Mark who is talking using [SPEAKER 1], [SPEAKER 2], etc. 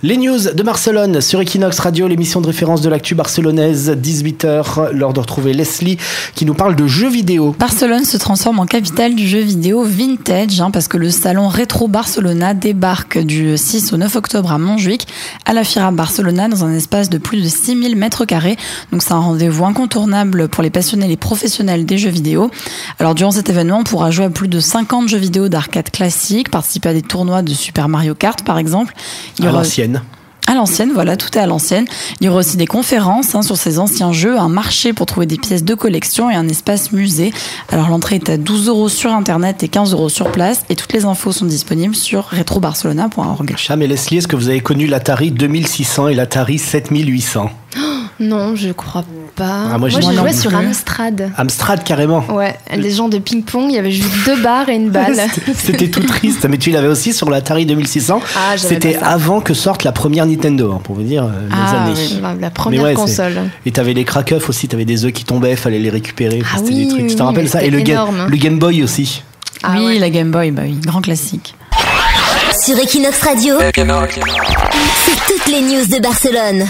[SPEAKER 1] Les news de Barcelone sur Equinox Radio, l'émission de référence de l'actu barcelonaise, 18h, l'heure de retrouver Leslie qui nous parle de jeux vidéo.
[SPEAKER 2] Barcelone se transforme en capitale du jeu vidéo vintage hein, parce que le salon Retro Barcelona débarque du 6 au 9 octobre à Montjuic à la Fira Barcelona dans un espace de plus de 6000 mètres carrés. Donc c'est un rendez-vous incontournable pour les passionnés et les professionnels des jeux vidéo. Alors durant cet événement, on pourra jouer à plus de 50 jeux vidéo d'arcade classique, participer à des tournois de Super Mario Kart par exemple.
[SPEAKER 1] Il y aura
[SPEAKER 2] à l'ancienne, voilà, tout est à l'ancienne. Il y aura aussi des conférences hein, sur ces anciens jeux, un marché pour trouver des pièces de collection et un espace musée. Alors l'entrée est à 12 euros sur internet et 15 euros sur place et toutes les infos sont disponibles sur retrobarcelona.org.
[SPEAKER 1] Cham et Leslie, est-ce que vous avez connu l'Atari 2600 et l'Atari 7800
[SPEAKER 3] Non, je crois pas.
[SPEAKER 1] Ah, moi,
[SPEAKER 3] moi,
[SPEAKER 1] j'ai-
[SPEAKER 3] j'ai
[SPEAKER 1] Moi non
[SPEAKER 3] joué
[SPEAKER 2] plus.
[SPEAKER 3] sur Amstrad.
[SPEAKER 1] Amstrad carrément
[SPEAKER 3] Ouais, les gens de ping-pong, il y avait juste deux barres et une balle.
[SPEAKER 1] C'était- C'était tout triste, mais tu l'avais aussi sur l'Atari 2600.
[SPEAKER 3] Ah, j'avais
[SPEAKER 1] C'était
[SPEAKER 3] pas ça.
[SPEAKER 1] avant que sorte la première Nintendo, hein, pour vous dire euh, les
[SPEAKER 2] Ah,
[SPEAKER 1] années.
[SPEAKER 2] oui.
[SPEAKER 3] La, la
[SPEAKER 1] Mais
[SPEAKER 3] première
[SPEAKER 1] ouais, c'est-
[SPEAKER 3] console.
[SPEAKER 1] Et t'avais les crack aussi, t'avais des œufs qui tombaient, fallait les récupérer.
[SPEAKER 3] Ah
[SPEAKER 1] c'était
[SPEAKER 3] oui,
[SPEAKER 1] des trucs.
[SPEAKER 3] oui,
[SPEAKER 1] tu te
[SPEAKER 3] oui,
[SPEAKER 1] rappelles
[SPEAKER 3] mais
[SPEAKER 1] ça Et le,
[SPEAKER 3] c'était
[SPEAKER 1] Ga-
[SPEAKER 3] énorme. hein.
[SPEAKER 1] le Game Boy aussi.
[SPEAKER 3] Ah
[SPEAKER 2] oui,
[SPEAKER 3] ouais.
[SPEAKER 2] la Game Boy, bah oui, grand classique.
[SPEAKER 4] Sur Equinox Radio, c'est toutes les news de Barcelone.